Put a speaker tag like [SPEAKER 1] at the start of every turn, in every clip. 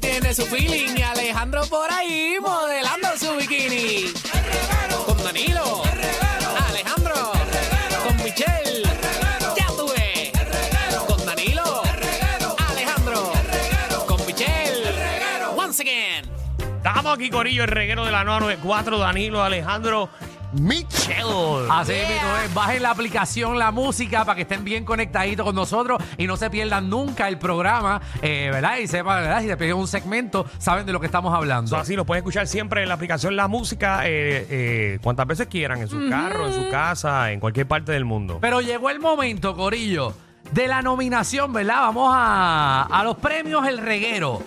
[SPEAKER 1] tiene su feeling. Y Alejandro por ahí modelando su bikini. Con Danilo. Alejandro. Con Michelle. Ya tuve. Con Danilo. Alejandro. Con Michelle. Once again.
[SPEAKER 2] Estamos aquí, Corillo, el reguero de la 994, Danilo, Alejandro, Michel.
[SPEAKER 3] Ah.
[SPEAKER 4] Así mismo es. Bajen la aplicación, la música, para que estén bien conectaditos con nosotros y no se pierdan nunca el programa, eh, ¿verdad? Y sepan, ¿verdad? Si te piden un segmento, saben de lo que estamos hablando.
[SPEAKER 2] So, así lo puedes escuchar siempre en la aplicación La Música, eh, eh, cuantas veces quieran, en su carro, en su casa, en cualquier parte del mundo.
[SPEAKER 4] Pero llegó el momento, Corillo, de la nominación, ¿verdad? Vamos a, a los premios El Reguero.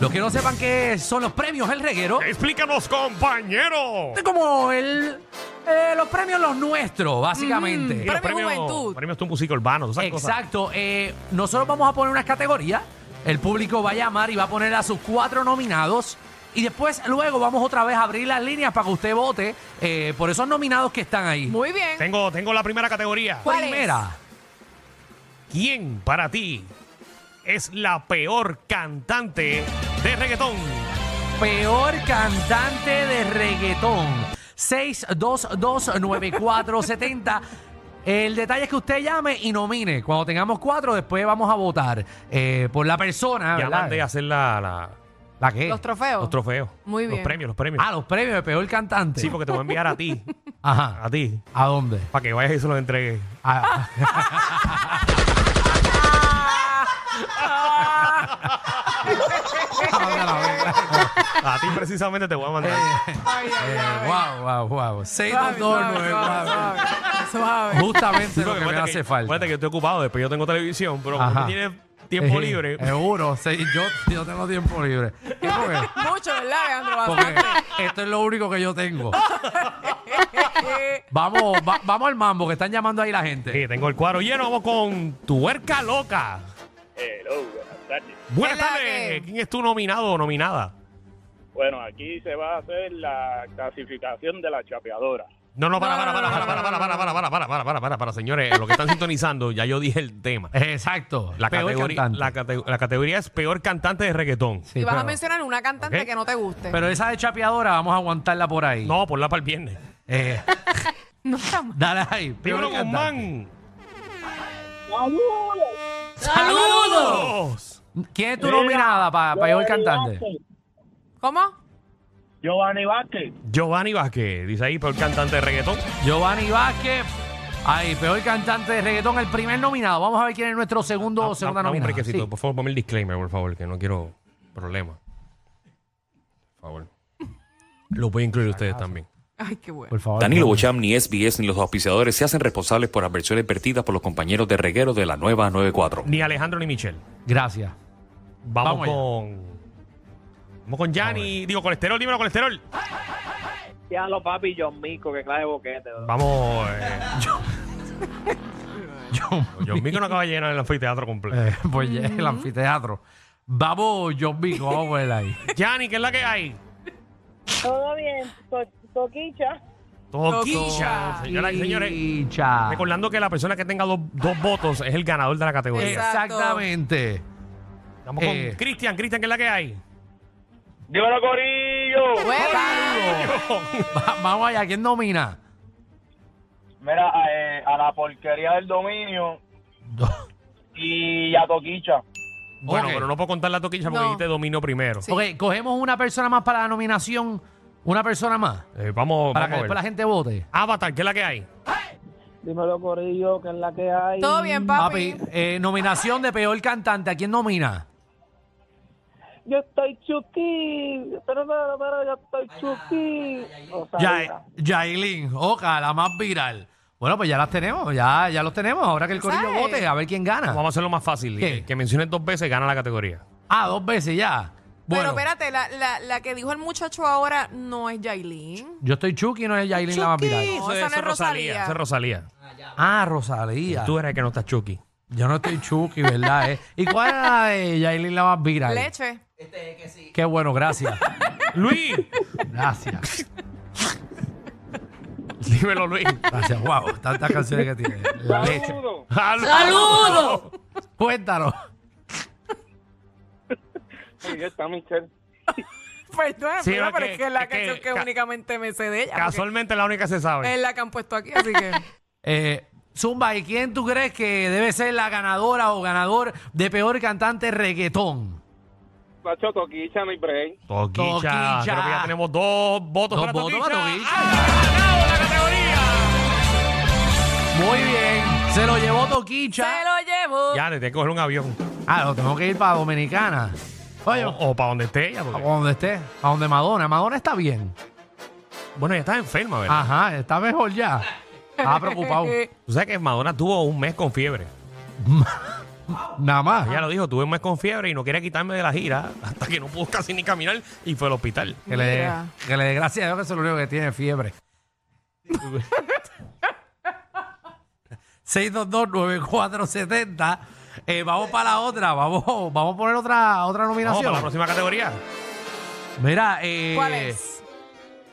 [SPEAKER 4] Los que no sepan qué son los premios El Reguero,
[SPEAKER 2] Explícanos, compañero.
[SPEAKER 4] es como el, eh, los premios los nuestros, básicamente.
[SPEAKER 2] Y
[SPEAKER 3] Mm, Premio Juventud.
[SPEAKER 2] Premios un músico urbano, todas esas cosas.
[SPEAKER 4] Exacto. eh, nosotros vamos a poner unas categorías. El público va a llamar y va a poner a sus cuatro nominados. Y después, luego, vamos otra vez a abrir las líneas para que usted vote eh, por esos nominados que están ahí.
[SPEAKER 3] Muy bien.
[SPEAKER 2] Tengo, tengo la primera categoría.
[SPEAKER 3] ¿Cuál es?
[SPEAKER 4] Primera.
[SPEAKER 2] ¿Quién para ti es la peor cantante de reggaetón?
[SPEAKER 4] Peor cantante de reggaetón. 6229470. El detalle es que usted llame y nomine. Cuando tengamos cuatro, después vamos a votar eh, por la persona.
[SPEAKER 2] Ya
[SPEAKER 4] ¿verdad?
[SPEAKER 2] mandé a hacer la, la-
[SPEAKER 4] ¿La qué?
[SPEAKER 3] Los trofeos.
[SPEAKER 2] los trofeos.
[SPEAKER 3] Muy
[SPEAKER 2] Los
[SPEAKER 3] bien.
[SPEAKER 2] premios, los premios.
[SPEAKER 4] Ah, los premios de peor cantante.
[SPEAKER 2] Sí, porque te voy a enviar a ti.
[SPEAKER 4] Ajá.
[SPEAKER 2] A ti.
[SPEAKER 4] ¿A dónde?
[SPEAKER 2] Para que vayas y se los entregues.
[SPEAKER 4] Ah. Ahora la veo.
[SPEAKER 2] A ti precisamente te voy a mandar.
[SPEAKER 3] Ay, ay,
[SPEAKER 4] Eh,
[SPEAKER 3] ay.
[SPEAKER 4] Wow, wow, wow. Seis, dos,
[SPEAKER 3] Suave,
[SPEAKER 4] dos,
[SPEAKER 3] suave,
[SPEAKER 4] nueve,
[SPEAKER 3] suave,
[SPEAKER 4] wow.
[SPEAKER 3] suave, suave.
[SPEAKER 4] Justamente lo que me
[SPEAKER 2] acuérdate
[SPEAKER 4] hace falta.
[SPEAKER 2] acuérdate que yo estoy ocupado, después yo tengo televisión, pero
[SPEAKER 4] Ajá.
[SPEAKER 2] como tú tienes tiempo
[SPEAKER 4] Eh,
[SPEAKER 2] libre.
[SPEAKER 4] Seguro, sí, yo, yo tengo tiempo libre. ¿Qué por qué?
[SPEAKER 3] Mucho, ¿verdad, Alejandro?
[SPEAKER 4] Porque
[SPEAKER 3] Bastante.
[SPEAKER 4] esto es lo único que yo tengo.
[SPEAKER 3] eh,
[SPEAKER 4] Vamos, va- vamos al mambo, que están llamando ahí la gente.
[SPEAKER 2] Sí, tengo el cuadro lleno, vamos con Tuerca Loca.
[SPEAKER 5] Hello, buenas tardes.
[SPEAKER 2] Buenas
[SPEAKER 3] Es la
[SPEAKER 2] tardes.
[SPEAKER 3] que-
[SPEAKER 2] ¿Quién es tu nominado o nominada?
[SPEAKER 5] Bueno, aquí se va a hacer la clasificación de la chapeadora.
[SPEAKER 2] No, no, para,
[SPEAKER 3] No,
[SPEAKER 2] para,
[SPEAKER 3] no,
[SPEAKER 2] para, para,
[SPEAKER 3] no,
[SPEAKER 2] para, para, para, para, para, para, para, para, para, señores. Lo que están sintonizando, ya yo dije el tema.
[SPEAKER 4] Exacto.
[SPEAKER 2] La
[SPEAKER 4] peor
[SPEAKER 2] categoría,
[SPEAKER 4] cantante.
[SPEAKER 2] la, cate- la categoría es peor cantante de reggaetón.
[SPEAKER 4] Sí,
[SPEAKER 3] Y vas a
[SPEAKER 4] pero-
[SPEAKER 3] mencionar una cantante
[SPEAKER 2] Ok.
[SPEAKER 3] que no te guste.
[SPEAKER 4] Pero esa de chapeadora, vamos a aguantarla por ahí.
[SPEAKER 2] No, ponla para el viernes.
[SPEAKER 4] Eh,
[SPEAKER 3] no está mal.
[SPEAKER 4] dale ahí.
[SPEAKER 2] Primero
[SPEAKER 4] peor cantante.
[SPEAKER 2] Guzmán.
[SPEAKER 4] ¡Saludos!
[SPEAKER 2] Dos.
[SPEAKER 4] ¿Quién es tu nominada para peor cantante?
[SPEAKER 3] ¿Cómo?
[SPEAKER 5] Giovanni Vázquez.
[SPEAKER 2] Giovanni Vázquez, dice ahí, peor cantante de reggaetón.
[SPEAKER 4] Giovanni Vázquez. Ahí, peor cantante de reggaetón, el primer nominado. Vamos a ver quién es nuestro segundo
[SPEAKER 2] Ah,
[SPEAKER 4] o segunda
[SPEAKER 2] ah, ah, un
[SPEAKER 4] nominada.
[SPEAKER 2] brequecito.
[SPEAKER 4] Sí.
[SPEAKER 2] Por favor, ponme el disclaimer, por favor, que no quiero problemas. Por favor. Lo pueden incluir ustedes también.
[SPEAKER 3] Ay, qué bueno.
[SPEAKER 4] Por favor.
[SPEAKER 6] Danilo Bocham, ni SBS, ni los auspiciadores se hacen responsables por adversiones vertidas por los compañeros de reguero de la nueva 94.
[SPEAKER 2] Ni Alejandro ni Michelle.
[SPEAKER 4] Gracias.
[SPEAKER 2] Vamos,
[SPEAKER 4] Vamos allá.
[SPEAKER 2] con. Vamos con Yanni. Digo, colesterol, dímelo, colesterol.
[SPEAKER 5] Ya lo papi John Mico, que clase de boquete. ¿no?
[SPEAKER 2] Vamos. eh,
[SPEAKER 4] John-
[SPEAKER 2] John Mico no acaba de llenar el anfiteatro completo.
[SPEAKER 4] eh, pues ya, el anfiteatro. Vamos, John Vico, vamos a ponerla ahí.
[SPEAKER 2] Yanni, ¿qué es la que hay?
[SPEAKER 7] Todo bien, to- toquicha.
[SPEAKER 2] Toquilla. Señoras y señores.
[SPEAKER 4] Chicha.
[SPEAKER 2] Recordando que la persona que tenga dos, dos votos es el ganador de la categoría.
[SPEAKER 3] Exacto.
[SPEAKER 4] Exactamente.
[SPEAKER 2] Vamos con
[SPEAKER 4] Eh.
[SPEAKER 2] Cristian. Cristian, ¿qué es la que hay?
[SPEAKER 5] ¡Dímelo, Corillo!
[SPEAKER 3] Pues, Hueva.
[SPEAKER 4] Va- vamos allá, ¿quién nomina?
[SPEAKER 5] Mira, a, eh, a la porquería del dominio y a Toquicha.
[SPEAKER 2] Bueno,
[SPEAKER 4] Ok.
[SPEAKER 2] pero no puedo contar la toquilla porque
[SPEAKER 3] No.
[SPEAKER 2] dijiste dominio primero.
[SPEAKER 3] Sí.
[SPEAKER 4] Ok, cogemos una persona más para la nominación. Una persona más.
[SPEAKER 2] Eh, vamos,
[SPEAKER 4] Para
[SPEAKER 2] vamos a ver.
[SPEAKER 4] que después la gente vote.
[SPEAKER 2] Avatar, ¿qué es la que hay?
[SPEAKER 7] Dímelo, Corillo, que es la que hay.
[SPEAKER 3] Todo bien,
[SPEAKER 4] Papi,
[SPEAKER 3] papi.
[SPEAKER 4] eh, nominación de peor cantante. ¿A quién nomina?
[SPEAKER 7] Yo estoy chuquí. Pero, pero, pero, yo estoy chuquí. O sea,
[SPEAKER 4] Ya- Yailin, Oca, la más viral. Bueno, pues ya las tenemos, ya, ya los tenemos. Ahora que el corillo
[SPEAKER 3] ¿Sabes?
[SPEAKER 4] vote, a ver quién gana.
[SPEAKER 2] Vamos a hacerlo más fácil.
[SPEAKER 4] Ah.
[SPEAKER 2] Eh,
[SPEAKER 4] ¿Qué?
[SPEAKER 2] Que, que menciones dos veces, gana la categoría.
[SPEAKER 4] Ah, dos veces ya. Bueno,
[SPEAKER 3] Pero espérate, la, la, la que dijo el muchacho ahora no es Yailin.
[SPEAKER 4] yo estoy Chucky, no es Yailin la más
[SPEAKER 3] Chucky.
[SPEAKER 4] viral.
[SPEAKER 3] No, esa no es Rosalía.
[SPEAKER 2] Esa es Rosalía.
[SPEAKER 4] Ah, Rosalía.
[SPEAKER 2] Tú eres el que no estás Chucky.
[SPEAKER 4] Yo no estoy Chucky, ¿verdad? eh? ¿Y cuál era la de Yailin la más viral?
[SPEAKER 3] Leche.
[SPEAKER 4] Qué bueno, gracias.
[SPEAKER 2] Luis.
[SPEAKER 4] Gracias.
[SPEAKER 2] Dímelo, Luis.
[SPEAKER 4] Gracias, wow, tantas canciones que tiene. La leche.
[SPEAKER 2] ¡Saludos!
[SPEAKER 4] Cuéntanos.
[SPEAKER 5] Sí, está Michelle.
[SPEAKER 3] Perdón,
[SPEAKER 2] Sí,
[SPEAKER 3] mira,
[SPEAKER 2] no,
[SPEAKER 3] pero
[SPEAKER 2] que-
[SPEAKER 3] es que es la
[SPEAKER 2] es que
[SPEAKER 3] canción que
[SPEAKER 2] ca-
[SPEAKER 3] únicamente me sé de ella. porque
[SPEAKER 2] Casualmente la única que se sabe.
[SPEAKER 3] Es la que han puesto aquí, así que.
[SPEAKER 4] Eh, Zumba, ¿y quién tú crees que debe ser la ganadora o ganador de peor cantante reggaetón?
[SPEAKER 5] Macho, toquicha, mi break.
[SPEAKER 2] Toquicha.
[SPEAKER 4] Toquicha.
[SPEAKER 2] Creo que ya tenemos dos votos
[SPEAKER 4] Dos
[SPEAKER 2] para
[SPEAKER 4] votos
[SPEAKER 2] Toquicha.
[SPEAKER 4] para Toquicha.
[SPEAKER 2] ¡Ha ganado la categoría!
[SPEAKER 4] Muy bien. Se lo llevó
[SPEAKER 3] Se
[SPEAKER 4] Toquicha.
[SPEAKER 3] lo llevo.
[SPEAKER 2] Ya, le tengo que coger un avión.
[SPEAKER 4] Ah, lo tengo que ir para Dominicana. Oye,
[SPEAKER 2] O,
[SPEAKER 4] a
[SPEAKER 2] para donde esté ella. porque-
[SPEAKER 4] donde esté, a donde Madonna. Madonna está bien.
[SPEAKER 2] Bueno, ella está enferma, ¿verdad?
[SPEAKER 4] Ajá, está mejor ya. Estaba preocupado.
[SPEAKER 2] Tú sabes que Madonna tuvo un mes con fiebre.
[SPEAKER 4] Nada más.
[SPEAKER 2] Ella lo dijo, tuve un mes con fiebre y no quería quitarme de la gira hasta que no pudo casi ni caminar y fue al hospital.
[SPEAKER 4] Que le,
[SPEAKER 3] Mira.
[SPEAKER 4] que le dé gracias a Dios que eso es lo único que tiene fiebre. 6229470. Eh, vamos para la otra. Vamos, vamos a poner otra, otra
[SPEAKER 2] Vamos
[SPEAKER 4] nominación.
[SPEAKER 2] para la próxima categoría.
[SPEAKER 4] Mira, eh,
[SPEAKER 3] ¿Cuál es?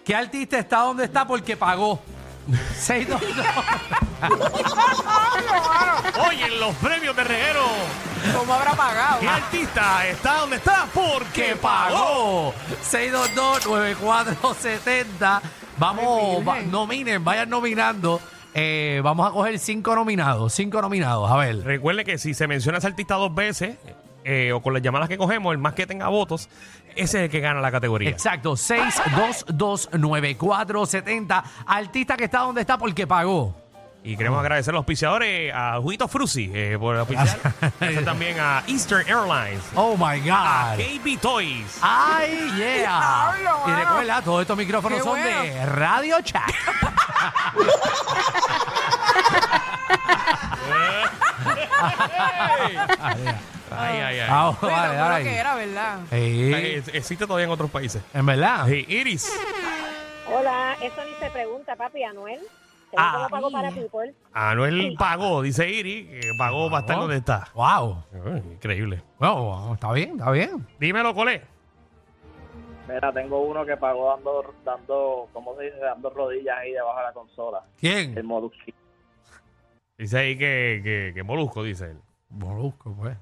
[SPEAKER 4] ¿qué artista está donde está porque pagó? 622.
[SPEAKER 2] Hoy en los premios de reguero,
[SPEAKER 3] ¿Cómo habrá pagado?
[SPEAKER 2] ¿qué artista está donde está? Porque
[SPEAKER 4] que
[SPEAKER 2] pagó.
[SPEAKER 4] pagó. 622-9470.
[SPEAKER 3] Ay,
[SPEAKER 4] Vamos,
[SPEAKER 3] Virgen.
[SPEAKER 4] va- nominen, vayan nominando. Eh, vamos a coger cinco nominados, cinco nominados. A ver.
[SPEAKER 2] Recuerde que si se menciona a ese artista dos veces eh, o con las llamadas que cogemos, el más que tenga votos, ese es el que gana la categoría.
[SPEAKER 4] Exacto, 6229470. Artista que está donde está porque pagó.
[SPEAKER 2] Y queremos agradecer a los auspiciadores, a Juguito Frusi eh, por auspiciar. Gracias también a Eastern Airlines,
[SPEAKER 4] Oh my God.
[SPEAKER 2] KB Toys.
[SPEAKER 4] ¡Ay, yeah!
[SPEAKER 3] Diablo,
[SPEAKER 4] Y
[SPEAKER 3] mano.
[SPEAKER 4] recuerda, todos estos micrófonos
[SPEAKER 3] Qué
[SPEAKER 4] son
[SPEAKER 3] bueno.
[SPEAKER 4] de Radio Chat.
[SPEAKER 2] Ay, ay, ay.
[SPEAKER 4] Ah,
[SPEAKER 3] Oye,
[SPEAKER 4] vale, dale
[SPEAKER 3] no, pero
[SPEAKER 4] ahí.
[SPEAKER 3] que era, ¿verdad?
[SPEAKER 4] Sí,
[SPEAKER 2] Eh, Existe todavía en otros países.
[SPEAKER 4] en verdad.
[SPEAKER 2] Sí, Iris.
[SPEAKER 8] Hola, eso ni se pregunta, papi, Anuel.
[SPEAKER 2] Ah.
[SPEAKER 8] ¿Según cómo pago para People?
[SPEAKER 2] Anuel pagó, dice Iris, que pagó para estar donde está.
[SPEAKER 4] Wow.
[SPEAKER 2] Ay, Increíble.
[SPEAKER 4] Wow, está bien, está bien.
[SPEAKER 2] Dímelo, Cole.
[SPEAKER 5] Mira, tengo uno que pagó dando, dando, ¿cómo se dice? Dando rodillas ahí debajo de la consola. El
[SPEAKER 4] ¿Quién?
[SPEAKER 5] Molusquito.
[SPEAKER 2] Dice ahí que, que, que Molusco, dice él.
[SPEAKER 4] Molusco, pues.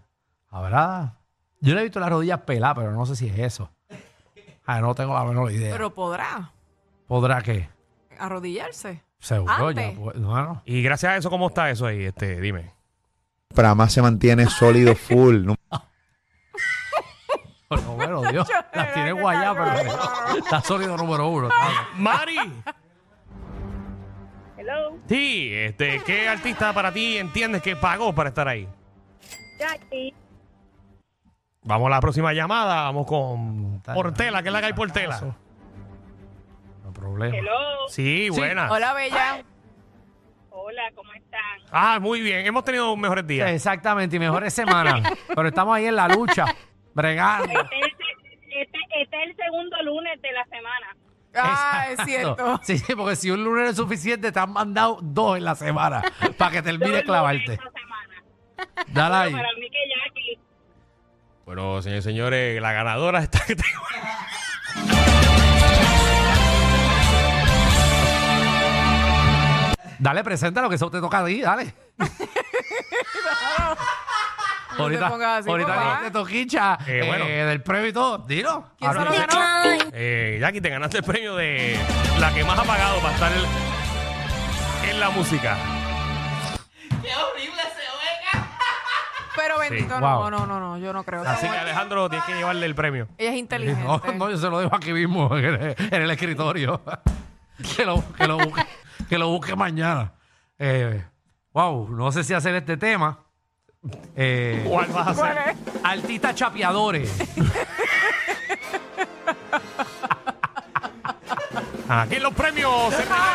[SPEAKER 4] Habrá. Yo le he visto las rodillas peladas, pero no sé si es eso. Ah, no tengo la menor idea.
[SPEAKER 3] Pero podrá
[SPEAKER 4] ¿Podrá qué?
[SPEAKER 3] arrodillarse.
[SPEAKER 4] Seguro
[SPEAKER 3] Antes.
[SPEAKER 4] ya. Pues, bueno.
[SPEAKER 2] Y gracias a eso, ¿cómo está eso ahí? Este, dime.
[SPEAKER 9] Para más se mantiene sólido full. ¿no?
[SPEAKER 4] Bueno, bueno, Dios. Las tiene guayá, pero está sólido número uno. está bien.
[SPEAKER 2] Mari.
[SPEAKER 8] Hello,
[SPEAKER 2] Sí, este, ¿qué artista para ti entiendes que pagó para estar ahí?
[SPEAKER 8] Jackie.
[SPEAKER 2] Vamos a la próxima llamada. Vamos con Portela, que es la que hay Portela.
[SPEAKER 4] No hay problema.
[SPEAKER 8] Hello,
[SPEAKER 2] Sí, buena.
[SPEAKER 3] Hola, Bella.
[SPEAKER 8] hola, ¿cómo están?
[SPEAKER 2] Ah, muy bien. Hemos tenido mejores días.
[SPEAKER 4] Exactamente, y mejores semanas. pero estamos ahí en la lucha, bregando.
[SPEAKER 8] Este, este, este es el segundo lunes de la semana.
[SPEAKER 3] Ah, es cierto.
[SPEAKER 4] Sí, sí, porque si un lunes es suficiente, te han mandado dos en la semana para que termine de clavarte.
[SPEAKER 8] Esta semana.
[SPEAKER 4] Dale ahí.
[SPEAKER 8] Para mí que Jackie.
[SPEAKER 2] Bueno, señores y señores, la ganadora está que tengo.
[SPEAKER 4] Dale, presenta lo que eso te toca a ti, dale.
[SPEAKER 3] No te
[SPEAKER 4] ahorita
[SPEAKER 3] pongas así,
[SPEAKER 4] ahorita
[SPEAKER 3] papá.
[SPEAKER 4] que te toquicha
[SPEAKER 2] Eh, bueno.
[SPEAKER 4] eh, del premio y todo. Dilo.
[SPEAKER 3] ¿Quién se
[SPEAKER 4] Habla.
[SPEAKER 3] lo ganó?
[SPEAKER 2] Eh, Jackie, te ganaste el premio de la que más ha pagado para estar en- en la música.
[SPEAKER 3] Pero bendito, no,
[SPEAKER 4] Wow.
[SPEAKER 3] no, no, no, yo no creo.
[SPEAKER 2] Así que
[SPEAKER 3] Como-
[SPEAKER 2] Alejandro, tienes que llevarle el premio.
[SPEAKER 3] Ella es inteligente.
[SPEAKER 4] No, no, yo se lo dejo aquí mismo, en el, en el escritorio. que, lo, que, lo busque, que lo busque mañana. Eh, wow, no sé si hacer este tema. Eh,
[SPEAKER 2] ¿Cuál vas a hacer?
[SPEAKER 4] artistas chapeadores.
[SPEAKER 2] Aquí en los premios se regalan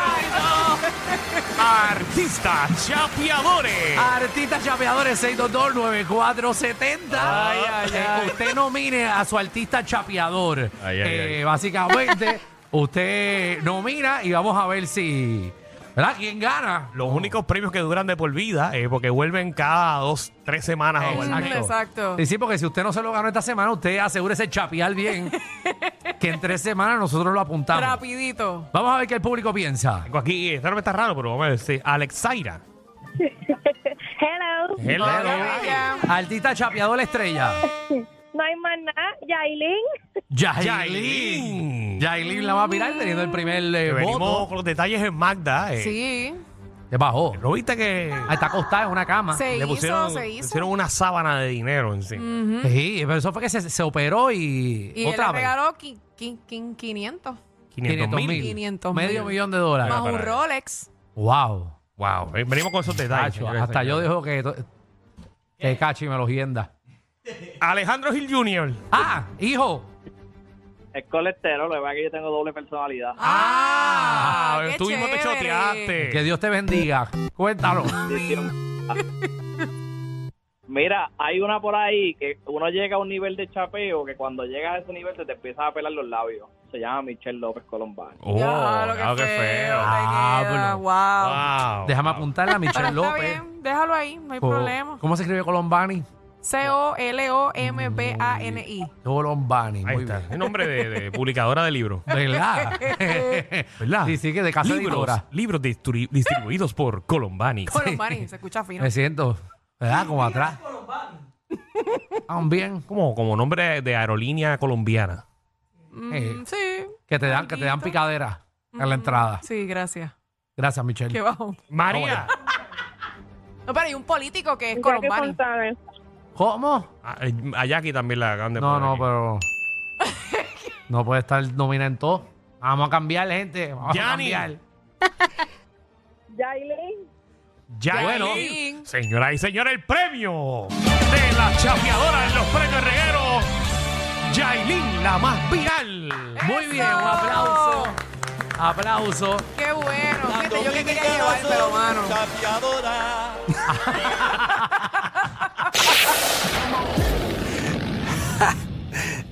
[SPEAKER 2] artistas chapeadores.
[SPEAKER 4] Artistas chapeadores 622-9470.
[SPEAKER 2] Ay, ay, ay.
[SPEAKER 4] Eh, Usted nomine a su artista chapeador.
[SPEAKER 2] Ay, ay,
[SPEAKER 4] Eh,
[SPEAKER 2] ay.
[SPEAKER 4] Básicamente, usted nomina y vamos a ver si. ¿Verdad? ¿Quién gana?
[SPEAKER 3] Oh.
[SPEAKER 2] Los únicos premios que duran de por vida, eh, porque vuelven cada dos, tres semanas. a
[SPEAKER 3] Exacto.
[SPEAKER 2] volver.
[SPEAKER 3] Exacto.
[SPEAKER 4] Y sí, porque si usted no se lo ganó esta semana, usted asegúrese de chapear bien. que en tres semanas nosotros lo apuntamos.
[SPEAKER 3] Rapidito.
[SPEAKER 4] Vamos a ver qué el público piensa.
[SPEAKER 2] Tengo aquí, este nombre está raro, pero vamos a ver. sí, Alexaira.
[SPEAKER 8] Hello.
[SPEAKER 2] Hello.
[SPEAKER 3] Hola, bella.
[SPEAKER 4] Artista chapeador estrella.
[SPEAKER 8] No hay más nada, Yailin.
[SPEAKER 4] Yailin.
[SPEAKER 2] Yailin.
[SPEAKER 4] Yailin la va a pirar teniendo el primer eh,
[SPEAKER 2] Que venimos
[SPEAKER 4] voto.
[SPEAKER 2] con los detalles en Magda. eh.
[SPEAKER 3] Sí.
[SPEAKER 4] Le bajó.
[SPEAKER 2] ¿No viste que
[SPEAKER 4] Ah, está acostada en una cama.
[SPEAKER 3] Se
[SPEAKER 2] le
[SPEAKER 3] hizo,
[SPEAKER 2] pusieron,
[SPEAKER 3] se
[SPEAKER 2] le
[SPEAKER 3] hizo. Mm.
[SPEAKER 2] pusieron una sábana de dinero encima?
[SPEAKER 4] Sí, pero eso fue que se, se operó y,
[SPEAKER 3] Y él
[SPEAKER 4] otra
[SPEAKER 3] le
[SPEAKER 4] vez.
[SPEAKER 3] regaló qui- qui- qui- 500.
[SPEAKER 2] 500 mil.
[SPEAKER 3] 500 mil.
[SPEAKER 4] Medio millón de dólares.
[SPEAKER 3] Más
[SPEAKER 2] para
[SPEAKER 3] un
[SPEAKER 2] él.
[SPEAKER 3] Rolex.
[SPEAKER 4] Wow.
[SPEAKER 2] Wow, eh, venimos con esos detalles.
[SPEAKER 4] Tacho,
[SPEAKER 2] señores y
[SPEAKER 4] hasta yo
[SPEAKER 2] señores.
[SPEAKER 4] dejo que to- que Cachi me lo hienda.
[SPEAKER 2] Alejandro Gil Jr.
[SPEAKER 4] Ah, hijo.
[SPEAKER 5] Es colesterol, la verdad que yo tengo doble personalidad.
[SPEAKER 3] Ah, qué
[SPEAKER 2] tú mismo te
[SPEAKER 3] chévere.
[SPEAKER 2] choteaste.
[SPEAKER 4] Que Dios te bendiga. Cuéntalo.
[SPEAKER 5] Mira, hay una por ahí que uno llega a un nivel de chapeo que cuando llegas a ese nivel se te empiezas a pelar los labios. Se llama Michelle López Colombán.
[SPEAKER 2] Oh,
[SPEAKER 3] Ya, lo que
[SPEAKER 2] ya, qué feo. Ah, pues
[SPEAKER 3] te queda.
[SPEAKER 4] Diablo.
[SPEAKER 3] Wow.
[SPEAKER 2] Wow.
[SPEAKER 4] Déjame apuntarla a
[SPEAKER 3] Pero
[SPEAKER 4] Michelle
[SPEAKER 3] está
[SPEAKER 4] López.
[SPEAKER 3] bien, déjalo ahí, no hay
[SPEAKER 2] Oh.
[SPEAKER 4] Co-
[SPEAKER 3] problema.
[SPEAKER 4] ¿Cómo se escribe Colombani?
[SPEAKER 3] C-O-L-O-M-B-A-N-I.
[SPEAKER 4] Colombani.
[SPEAKER 2] Ahí
[SPEAKER 4] Oh, Muy
[SPEAKER 2] está.
[SPEAKER 4] bien.
[SPEAKER 2] El nombre de, de publicadora de libros.
[SPEAKER 4] ¿Verdad?
[SPEAKER 2] ¿Verdad?
[SPEAKER 4] Sí, sí, que de casa
[SPEAKER 2] libros,
[SPEAKER 4] editora.
[SPEAKER 2] libros distri- distribuidos por Colombani.
[SPEAKER 3] Colombani, se escucha fino.
[SPEAKER 4] Me siento, ¿verdad? Como atrás. También.
[SPEAKER 2] Como, como nombre de aerolínea colombiana.
[SPEAKER 3] Mm,
[SPEAKER 4] eh,
[SPEAKER 3] sí,
[SPEAKER 4] Que te dan, que te dan
[SPEAKER 3] Alguito.
[SPEAKER 4] picadera en la entrada.
[SPEAKER 3] sí, gracias.
[SPEAKER 4] Gracias,
[SPEAKER 3] Mm. Qué
[SPEAKER 4] Michelle.
[SPEAKER 3] bajo.
[SPEAKER 2] María.
[SPEAKER 3] No, pero hay un político que es
[SPEAKER 8] Jackie
[SPEAKER 3] Colombani.
[SPEAKER 8] Fontana.
[SPEAKER 4] ¿Cómo?
[SPEAKER 2] Ah, eh, A Jackie también la acaban de
[SPEAKER 4] No,
[SPEAKER 2] poner
[SPEAKER 4] no,
[SPEAKER 2] aquí.
[SPEAKER 4] pero. No puede estar nominado en todo. Vamos a cambiar, gente. Vamos a
[SPEAKER 2] Yani.
[SPEAKER 4] cambiar.
[SPEAKER 8] Yailin.
[SPEAKER 2] Ya,
[SPEAKER 3] Yailin.
[SPEAKER 2] bueno, señoras y señores, el premio de la chapeadora en los premios regueros, Yailin, la más viral.
[SPEAKER 4] Muy bien, un aplauso. Aplauso.
[SPEAKER 3] Qué bueno. Fíjate, yo que quería llevar, pero mano.